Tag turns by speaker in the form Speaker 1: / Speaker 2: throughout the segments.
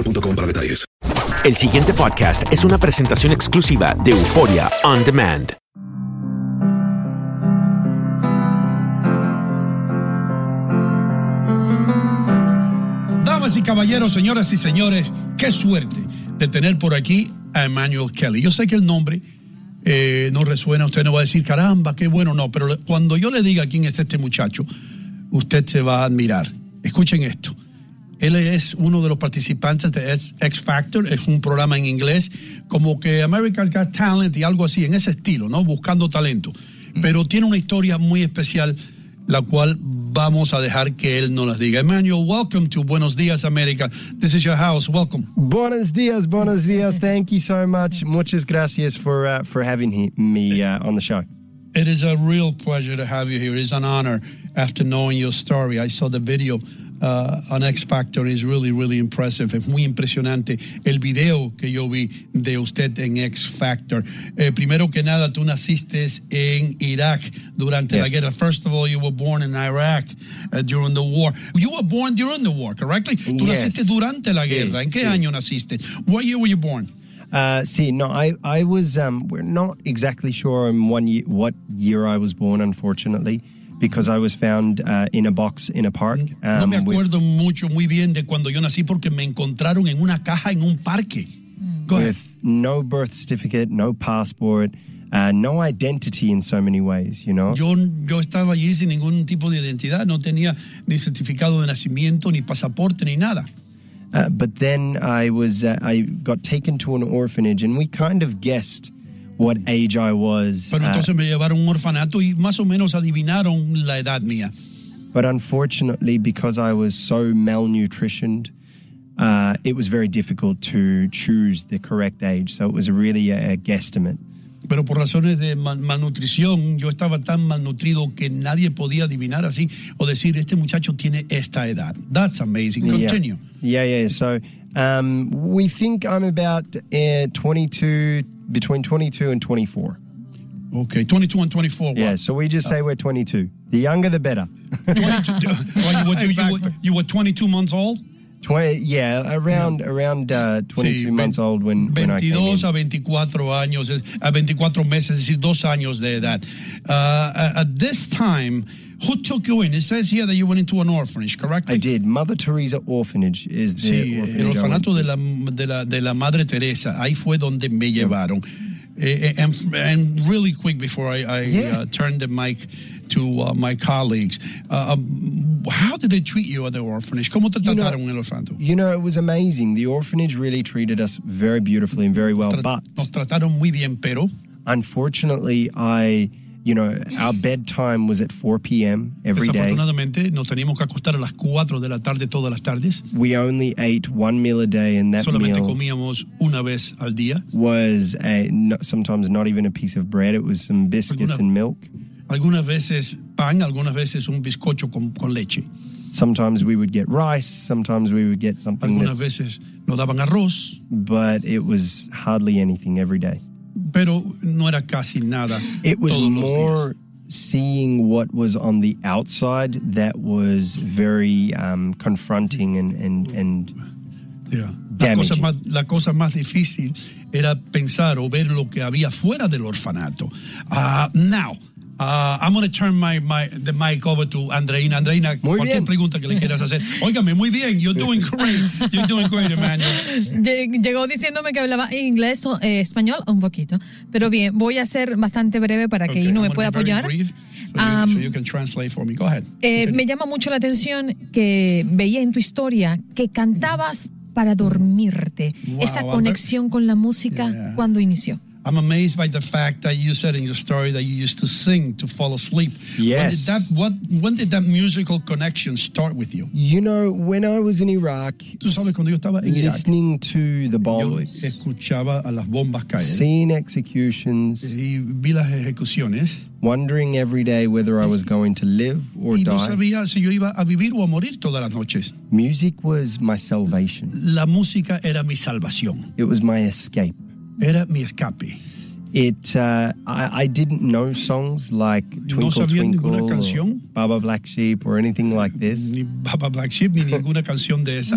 Speaker 1: para detalles.
Speaker 2: El siguiente podcast es una presentación exclusiva de Euforia On Demand.
Speaker 3: Damas y caballeros, señoras y señores, qué suerte de tener por aquí a Emmanuel Kelly. Yo sé que el nombre eh, no resuena, usted no va a decir, caramba, qué bueno, no, pero cuando yo le diga quién es este muchacho, usted se va a admirar. Escuchen esto. Él es uno de los participantes de X X Factor, es un programa en inglés, como que America's Got Talent y algo así, en ese estilo, ¿no? Buscando talento. Pero tiene una historia muy especial, la cual vamos a dejar que él nos las diga. Emmanuel, welcome to Buenos Días América. This is your house, welcome.
Speaker 4: Buenos dias, buenos dias. Thank you so much. Muchas gracias for uh, for having he, me uh, on the show.
Speaker 3: It is a real pleasure to have you here. It's an honor after knowing your story. I saw the video uh, on X Factor. It's really, really impressive. Es muy impresionante el video que yo vi de usted en X Factor. Eh, primero que nada, tú naciste en Irak durante la
Speaker 4: Yes.
Speaker 3: guerra. First of all, you were born in Iraq uh, during the war. You were born during the war, correctly? Tú
Speaker 4: Yes.
Speaker 3: naciste durante la
Speaker 4: Sí,
Speaker 3: guerra. ¿En qué
Speaker 4: sí.
Speaker 3: año naciste? What year were you born?
Speaker 4: Uh, see, no, I I was um, we're not exactly sure on one year, what year I was born, unfortunately, because I was found uh, in a box in a park.
Speaker 3: No
Speaker 4: um,
Speaker 3: me
Speaker 4: with-
Speaker 3: acuerdo mucho, muy bien de cuando yo nací porque me encontraron en una caja en un parque. Go ahead.
Speaker 4: with no birth certificate, no passport, uh, no identity in so many ways. You know.
Speaker 3: Yo, yo estaba allí sin ningún tipo de identidad, no tenía ni certificado de nacimiento, ni pasaporte, ni nada.
Speaker 4: Uh, but then I was uh, I got taken to an orphanage, and we kind of guessed what age I was.
Speaker 3: Pero
Speaker 4: uh,
Speaker 3: entonces me llevaron a un orfanato y más o menos adivinaron la edad mía.
Speaker 4: But unfortunately, because I was so malnutritioned, uh, it was very difficult to choose the correct age. So it was really a, a guesstimate.
Speaker 3: Pero por razones de mal- malnutrición, yo estaba tan malnutrido que nadie podía adivinar así o decir, este muchacho tiene esta edad. That's amazing. Continue.
Speaker 4: Yeah, yeah. yeah. So um, we think I'm about uh, 22, between 22 and 24.
Speaker 3: Okay, 22 and 24.
Speaker 4: Yeah, so we
Speaker 3: Oh.
Speaker 4: just say we're 22. The younger, the better.
Speaker 3: 22, Well, you, were, you, you were, you were 22 months old?
Speaker 4: 20, yeah, around around uh, 22
Speaker 3: Sí,
Speaker 4: months old when, when I came
Speaker 3: 22 a
Speaker 4: in.
Speaker 3: 24 años, es- a 24 meses, es decir, dos años de edad. Uh, at this time, who took you in? It says here that you went into an orphanage, correct?
Speaker 4: I did. Mother Teresa Orphanage is the
Speaker 3: Sí,
Speaker 4: orphanage
Speaker 3: el
Speaker 4: I went
Speaker 3: orfanato de
Speaker 4: to.
Speaker 3: la, de, la, de la Madre Teresa, ahí fue donde me llevaron. Eh, and, and really quick before I, I yeah. uh, turn the mic to uh, my colleagues, uh, um, how did they treat you at the orphanage? ¿Cómo te trataron en el orfanato?
Speaker 4: You know, it was amazing. The orphanage really treated us very beautifully and very well.
Speaker 3: Tra
Speaker 4: but
Speaker 3: nos trataron muy bien, pero
Speaker 4: unfortunately, I. You know, our bedtime was at 4 p.m. every day.
Speaker 3: Desafortunadamente, nos teníamos que acostar a las 4 de la tarde todas las tardes.
Speaker 4: We only ate one meal a day, and that
Speaker 3: Solamente
Speaker 4: meal
Speaker 3: comíamos una vez al día.
Speaker 4: was a, no, sometimes not even a piece of bread. It was some
Speaker 3: Alguna-
Speaker 4: biscuits and milk.
Speaker 3: Algunas veces pan, algunas veces un bizcocho con, con leche.
Speaker 4: Sometimes we would get rice. Sometimes we would get something
Speaker 3: Algunas
Speaker 4: that's,
Speaker 3: veces nos daban arroz,
Speaker 4: but it was hardly anything every day.
Speaker 3: pero no era casi nada.
Speaker 4: It was
Speaker 3: todos los días.
Speaker 4: more seeing what was on the outside that was very um, confronting and, and, and
Speaker 3: Yeah. La, cosa
Speaker 4: damaging.
Speaker 3: más, la cosa más difícil era pensar o ver lo que había fuera del orfanato. Ah, now, ah, I'm going to turn my, my, the mic over to Andreina. Andreina,
Speaker 4: Muy
Speaker 3: cualquier
Speaker 4: bien.
Speaker 3: pregunta que le quieras hacer. Óigame, muy bien, you're doing great. You're doing great, Emmanuel.
Speaker 5: Lle- Llegó diciéndome que hablaba inglés, o, eh, español, un poquito. Pero bien, voy a ser bastante breve para que
Speaker 3: Okay,
Speaker 5: Inu me
Speaker 3: I'm gonna
Speaker 5: pueda
Speaker 3: be very
Speaker 5: apoyar.
Speaker 3: brief, So,
Speaker 5: Um,
Speaker 3: you, so you can translate for me. Go ahead.
Speaker 5: Eh, me llama mucho la atención que veía en tu historia que cantabas para dormirte.
Speaker 3: Wow,
Speaker 5: Esa
Speaker 3: I'm ver-
Speaker 5: conexión con la música
Speaker 3: Yeah.
Speaker 5: cuando inició.
Speaker 3: I'm amazed by the fact that you said in your story that you used to sing to fall asleep.
Speaker 4: Yes.
Speaker 3: When did that, what, when did that musical connection start with you?
Speaker 4: you know, when I was in Iraq,
Speaker 3: Tú sabes, cuando yo estaba en Irak,
Speaker 4: listening to the
Speaker 3: Yo
Speaker 4: bombs,
Speaker 3: escuchaba a las bombas caer
Speaker 4: seeing executions,
Speaker 3: y vi las ejecuciones
Speaker 4: wondering every day whether I was going to live or
Speaker 3: y no
Speaker 4: die,
Speaker 3: sabía si yo iba a vivir o a morir todas las noches.
Speaker 4: music was my salvation.
Speaker 3: La música era mi salvación,
Speaker 4: It was my escape.
Speaker 3: era mi escape.
Speaker 4: It uh, I, I didn't know songs like Twinkle
Speaker 3: sabía
Speaker 4: Twinkle
Speaker 3: ninguna
Speaker 4: or
Speaker 3: canción.
Speaker 4: Baba Black Sheep or anything like this.
Speaker 3: Ni Baba Black Sheep ni ninguna canción de esa.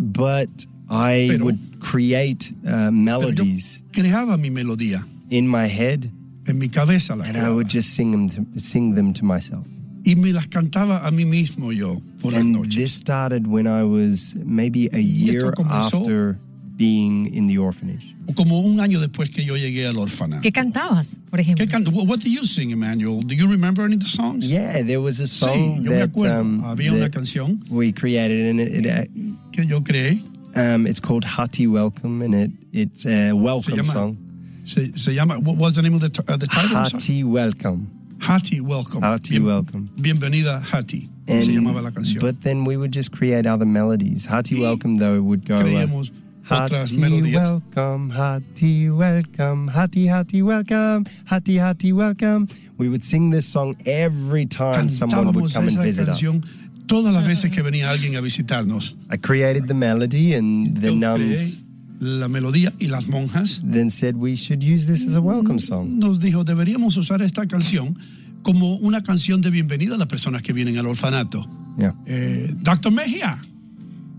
Speaker 4: but I
Speaker 3: Pero-
Speaker 4: would create uh,
Speaker 3: Pero yo
Speaker 4: melodies
Speaker 3: creaba mi melodía
Speaker 4: in my head,
Speaker 3: en mi cabeza la
Speaker 4: and I
Speaker 3: creaba.
Speaker 4: would just sing them, to, sing them to myself.
Speaker 3: y me las cantaba a mí mismo yo por las
Speaker 4: And
Speaker 3: noches.
Speaker 4: this started when I was maybe
Speaker 3: esto
Speaker 4: a year
Speaker 3: comenzó-
Speaker 4: after being in the orphanage.
Speaker 3: Como un año después que yo llegué al orfanato.
Speaker 5: ¿Qué cantabas, por ejemplo?
Speaker 3: ¿Qué can what, what do you sing, Emmanuel? Do you remember any of the songs?
Speaker 4: Yeah, there was a song
Speaker 3: sí, yo me
Speaker 4: that,
Speaker 3: acuerdo.
Speaker 4: um,
Speaker 3: Había una
Speaker 4: that
Speaker 3: canción Mm.
Speaker 4: we created, and it, it uh,
Speaker 3: que yo creé.
Speaker 4: um, it's called Hati Welcome, and it it's a welcome
Speaker 3: llama-
Speaker 4: song.
Speaker 3: Se, se llama, what was the name of the, t- uh, the title? I'm sorry.
Speaker 4: Hati Welcome,
Speaker 3: Hati Welcome.
Speaker 4: Hati
Speaker 3: Bien-
Speaker 4: Welcome.
Speaker 3: Bienvenida Hati.
Speaker 4: And-
Speaker 3: se llamaba la canción.
Speaker 4: But then we would just create other melodies. Hearty
Speaker 3: Y
Speaker 4: Welcome, though, would go like,
Speaker 3: creíamos otras
Speaker 4: Hearty
Speaker 3: melodías.
Speaker 4: Welcome, Hearty Welcome, Hearty Hearty Welcome, Hearty Hearty Welcome. We would sing this song every time someone would
Speaker 3: Cantábamos
Speaker 4: come and
Speaker 3: esa
Speaker 4: visit us.
Speaker 3: canción todas las veces que venía alguien a visitarnos.
Speaker 4: I created the melody, and the
Speaker 3: Yo
Speaker 4: nuns
Speaker 3: creé La melodía y las monjas
Speaker 4: then said we should use this as a welcome song.
Speaker 3: nos dijo deberíamos usar esta canción como una canción de bienvenida a las personas que vienen al orfanato.
Speaker 4: Yeah.
Speaker 3: Eh, Dr. Mejia.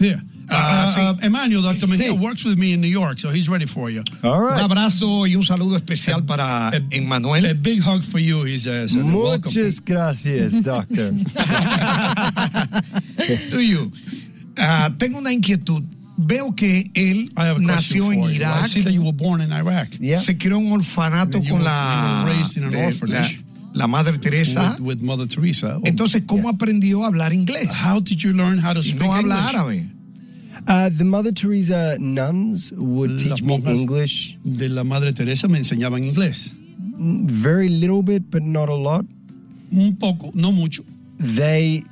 Speaker 3: Yeah.
Speaker 6: Ah,
Speaker 3: Uh, uh, Emmanuel, Dr. Mejia works with me in New York, so he's ready for you.
Speaker 4: All right.
Speaker 6: abrazo y un saludo especial para
Speaker 3: A
Speaker 6: Emmanuel.
Speaker 3: big hug for you, he says. and welcome.
Speaker 4: Muchas gracias, doctor.
Speaker 6: To you. Ah, tengo una inquietud. Veo que él
Speaker 3: I have a question
Speaker 6: nació
Speaker 3: for
Speaker 6: en
Speaker 3: you. I
Speaker 6: Irak,
Speaker 3: see that you were born in Iraq.
Speaker 4: Yeah.
Speaker 6: se creó en un orfanato
Speaker 3: And you
Speaker 6: con
Speaker 3: were-
Speaker 6: la,
Speaker 3: you were raised in an
Speaker 6: de-
Speaker 3: orphanage.
Speaker 6: la, la Madre Teresa.
Speaker 7: Mm-hmm.
Speaker 3: With, with Mother Teresa. Oh,
Speaker 6: Entonces, ¿cómo aprendió a hablar inglés?
Speaker 3: How did you learn how to
Speaker 6: Si
Speaker 3: speak
Speaker 6: no habla
Speaker 3: English?
Speaker 6: árabe.
Speaker 4: Uh, the Mother Teresa nuns would
Speaker 3: Las
Speaker 4: teach me
Speaker 3: monjas
Speaker 4: English
Speaker 3: de la Madre Teresa me enseñaban inglés.
Speaker 4: very little bit, but not a lot.
Speaker 3: Un poco, no mucho.
Speaker 4: they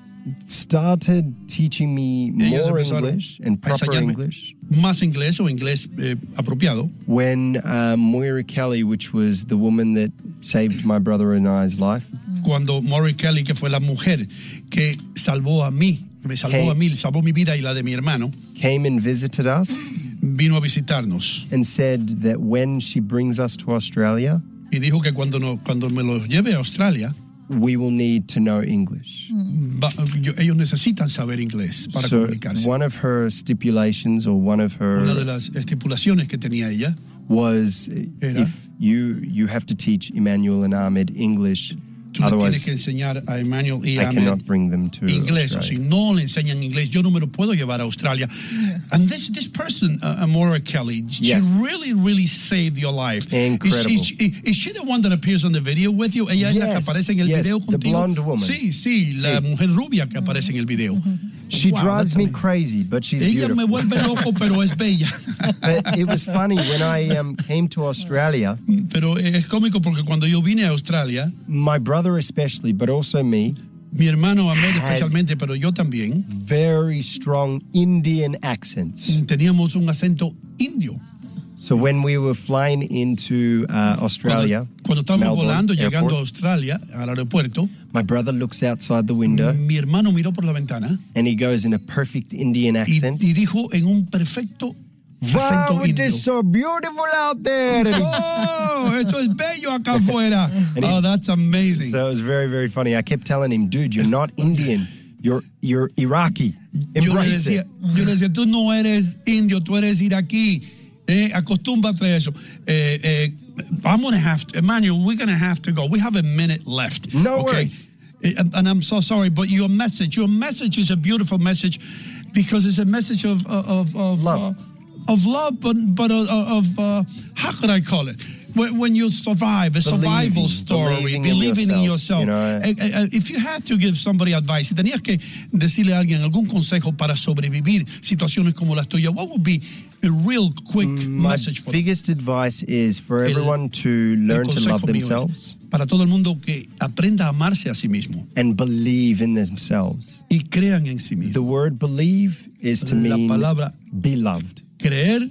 Speaker 4: started teaching me
Speaker 3: Ellas
Speaker 4: more
Speaker 3: empezaron
Speaker 4: English and
Speaker 3: a
Speaker 4: proper
Speaker 3: enseñarme
Speaker 4: English
Speaker 3: Más inglés o inglés eh, apropiado.
Speaker 4: when uh, Moira Kelly, which was the woman that saved my brother and I's life,
Speaker 3: Cuando Maury Kelly, que fue la mujer que salvó a mí, que me salvó
Speaker 4: Hey.
Speaker 3: a mí, salvó mi vida y la de mi hermano,
Speaker 4: came and visited us
Speaker 3: vino a visitarnos
Speaker 4: and said that when she brings us to Australia,
Speaker 3: y dijo que cuando, no, cuando me los lleve a Australia,
Speaker 4: we will need to know English.
Speaker 3: va- yo- ellos necesitan saber inglés para
Speaker 4: So
Speaker 3: comunicarse.
Speaker 4: one of her stipulations or one of
Speaker 3: Una de
Speaker 4: her
Speaker 3: las estipulaciones que tenía ella
Speaker 4: was
Speaker 3: Era.
Speaker 4: if you you have to teach Emmanuel and Ahmed English
Speaker 3: Tú le tienes que enseñar a Emmanuel y a
Speaker 4: I cannot bring them to
Speaker 3: inglés. O si
Speaker 4: Australia.
Speaker 3: no le enseñan inglés, yo no me lo puedo llevar a Australia. And this, this person, uh, Amora Kelly, she
Speaker 4: Yes.
Speaker 3: really, really saved your life.
Speaker 4: Incredible.
Speaker 3: Is, she- is- is she the one that appears on the video with you? Ella es la que
Speaker 4: Yes,
Speaker 3: aparece en el
Speaker 4: yes,
Speaker 3: video
Speaker 4: the
Speaker 3: contigo.
Speaker 4: blonde woman.
Speaker 3: Sí, sí, la mujer rubia que aparece en el video.
Speaker 4: She
Speaker 3: Wow,
Speaker 4: drives
Speaker 3: that's
Speaker 4: me
Speaker 3: amazing.
Speaker 4: crazy, but she's
Speaker 3: Ella me
Speaker 4: beautiful.
Speaker 3: vuelve loco, pero es bella.
Speaker 4: but it was funny when I um, came to Australia.
Speaker 3: Pero es cómico porque cuando yo vine a Australia,
Speaker 4: my brother especially, but also me,
Speaker 3: mi hermano Ahmed
Speaker 4: Had-
Speaker 3: especialmente, pero yo también,
Speaker 4: very strong Indian accents.
Speaker 3: teníamos un acento indio.
Speaker 4: So when we were flying into uh, Australia,
Speaker 3: Cuando estábamos
Speaker 4: Melbourne
Speaker 3: volando, llegando a
Speaker 4: airport,
Speaker 3: Australia, al aeropuerto,
Speaker 4: my brother looks outside the window
Speaker 3: mi hermano miró por la ventana
Speaker 4: and he goes in a perfect Indian
Speaker 3: y,
Speaker 4: accent.
Speaker 3: y dijo en un perfecto
Speaker 4: Wow,
Speaker 3: acento
Speaker 4: it
Speaker 3: indio.
Speaker 4: is so beautiful out there.
Speaker 3: ¡Oh! Esto es bello acá afuera. Oh, that's amazing.
Speaker 4: So it was very, very funny. I kept telling him, dude, you're not Indian. You're you're Iraqi.
Speaker 3: Yo le,
Speaker 4: Embrace
Speaker 3: decía,
Speaker 4: it.
Speaker 3: yo le decía, tú no eres indio, tú eres iraquí. Eh, acostúmbrate a eso. Eh, eh, I'm gonna have to, Emmanuel, we're gonna have to go. We have a minute left.
Speaker 4: No worries.
Speaker 3: Eh, And and I'm so sorry, but your message, your message is a beautiful message because it's a message of of of love, uh, of love, but but of, of uh, how could I call it? When, when you survive, a survival
Speaker 4: Believing,
Speaker 3: story, believing,
Speaker 4: believing in
Speaker 3: in yourself.
Speaker 4: yourself, you know.
Speaker 3: Eh, eh, eh, if you had to give somebody advice, si tenías que decirle a alguien algún consejo para sobrevivir situaciones como las tuyas, what would be a real quick message for
Speaker 4: Biggest advice is Mm, for
Speaker 3: El-
Speaker 4: everyone to
Speaker 3: El
Speaker 4: learn to
Speaker 3: consejo
Speaker 4: love
Speaker 3: mío es
Speaker 4: themselves
Speaker 3: Para todo el mundo que aprenda a amarse a sí mismo
Speaker 4: and believe in themselves.
Speaker 3: y crean en sí mismo.
Speaker 4: The word believe is to
Speaker 3: La
Speaker 4: mean
Speaker 3: palabra
Speaker 4: be loved.
Speaker 3: creer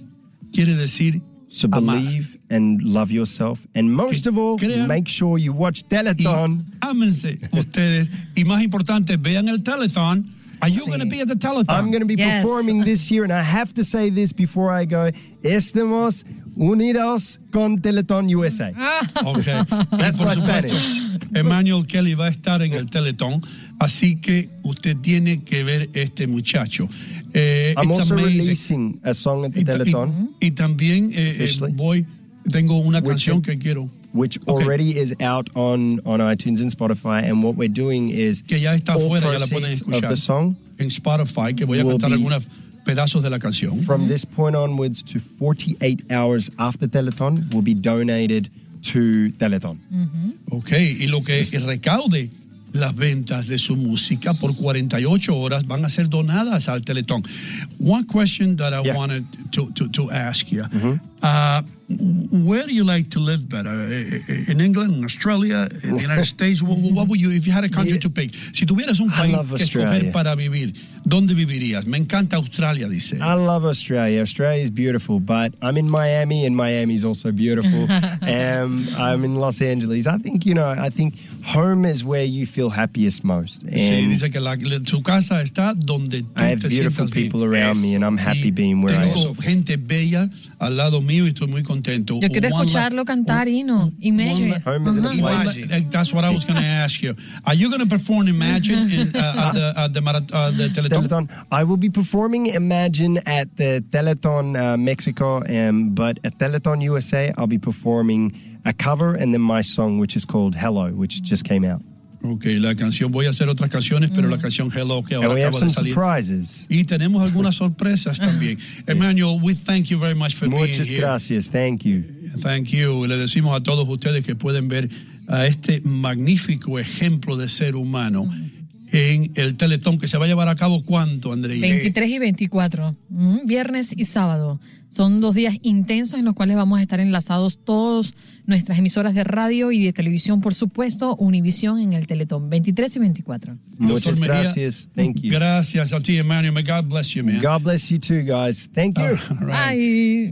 Speaker 3: quiere decir
Speaker 4: So
Speaker 3: amar.
Speaker 4: believe and love yourself. And most of all,
Speaker 3: crean-
Speaker 4: make sure you watch Telethon.
Speaker 3: Ámense ustedes y más importante, vean el telethon. Are you going to be at the telethon?
Speaker 4: I'm going to be
Speaker 5: Yes.
Speaker 4: performing this year, and I have to say this before I go. Estamos unidos con Teleton USA.
Speaker 3: Okay.
Speaker 4: That's
Speaker 3: Y por
Speaker 4: my
Speaker 3: supuesto,
Speaker 4: Spanish.
Speaker 3: Emmanuel Kelly va a estar en el Teletón, así que usted tiene que ver este muchacho. Eh,
Speaker 4: I'm
Speaker 3: it's
Speaker 4: also
Speaker 3: amazing.
Speaker 4: releasing a song at the
Speaker 3: Y ta- y-
Speaker 4: Teleton,
Speaker 3: Y, también eh, eh,
Speaker 4: Officially.
Speaker 3: voy, tengo una
Speaker 4: Which
Speaker 3: canción
Speaker 4: in-
Speaker 3: que quiero,
Speaker 4: which
Speaker 3: Okay.
Speaker 4: already is out on, on iTunes and Spotify. And what we're doing is
Speaker 3: que ya está
Speaker 4: all
Speaker 3: afuera, ya la pueden
Speaker 4: proceeds of
Speaker 3: escuchar
Speaker 4: the song
Speaker 3: en Spotify, que voy a
Speaker 4: will
Speaker 3: cantar
Speaker 4: be-
Speaker 3: algunos pedazos de la canción.
Speaker 4: from this point onwards to 48 hours after Teleton will be donated to Teleton.
Speaker 3: Ok, y lo que recaude las ventas de su música por 48 horas van a ser donadas al Teletón. One question that I
Speaker 4: Yeah. Mm-hmm.
Speaker 3: wanted to, to, to ask you. Uh, where do you like to live better? Eh, eh, In England, in Australia, in the United States? What, what would you, if you had a country to pick? Si tuvieras un
Speaker 4: I
Speaker 3: país
Speaker 4: love
Speaker 3: que escoger
Speaker 4: Australia.
Speaker 3: para vivir, ¿dónde vivirías? Me encanta Australia, dice.
Speaker 4: I love Australia. Australia is beautiful, but I'm in Miami, and Miami's also beautiful. um, I'm in Los Angeles. I think you know. I think home is where you feel happiest most.
Speaker 3: Sí,
Speaker 4: And
Speaker 3: dice que la, la- su casa está donde tú
Speaker 4: I have
Speaker 3: te
Speaker 4: beautiful
Speaker 3: sientas bien.
Speaker 4: people around me, and I'm happy
Speaker 3: Y
Speaker 4: being where I
Speaker 3: tengo
Speaker 4: am.
Speaker 3: gente bella al lado mío y estoy muy contento.
Speaker 5: Yo quiero
Speaker 3: One la-
Speaker 5: escucharlo cantar, Hino. Imagine.
Speaker 3: one la-
Speaker 4: Home is in a
Speaker 3: one la-
Speaker 4: place.
Speaker 3: That's what I was going to ask you. Are you going to perform Imagine in, uh, at the, at the, marat- uh, the Teleton?
Speaker 4: Teleton. I will be performing Imagine at the Teleton uh, Mexico, um, but at Teleton USA, I'll be performing a cover and then my song, which is called Hello, which just came out.
Speaker 3: Ok, la canción, voy a hacer otras canciones, pero
Speaker 5: Mm.
Speaker 3: la canción Hello que
Speaker 4: And
Speaker 3: ahora
Speaker 4: we have
Speaker 3: acaba de
Speaker 4: some
Speaker 3: salir.
Speaker 4: surprises.
Speaker 3: Y tenemos algunas sorpresas
Speaker 5: Ah.
Speaker 3: también. Emmanuel, we thank you very much for
Speaker 4: Muchas
Speaker 3: being here.
Speaker 4: gracias. Thank you.
Speaker 3: Thank you. Le decimos a todos ustedes que pueden ver a este magnífico ejemplo de ser humano en el Teletón que se va a llevar a cabo cuánto, Andrés.
Speaker 5: 23 y 24, mm, viernes y sábado. Son dos días intensos en los cuales vamos a estar enlazados todos nuestras emisoras de radio y de televisión, por supuesto, Univisión en el Teletón, 23 y 24.
Speaker 4: Muchas
Speaker 3: Mería,
Speaker 4: gracias. Thank you.
Speaker 3: Eh, Gracias a ti, Emmanuel. May God bless you, man.
Speaker 4: God bless you too, guys. Thank you.
Speaker 3: Oh, All right.
Speaker 5: Ay.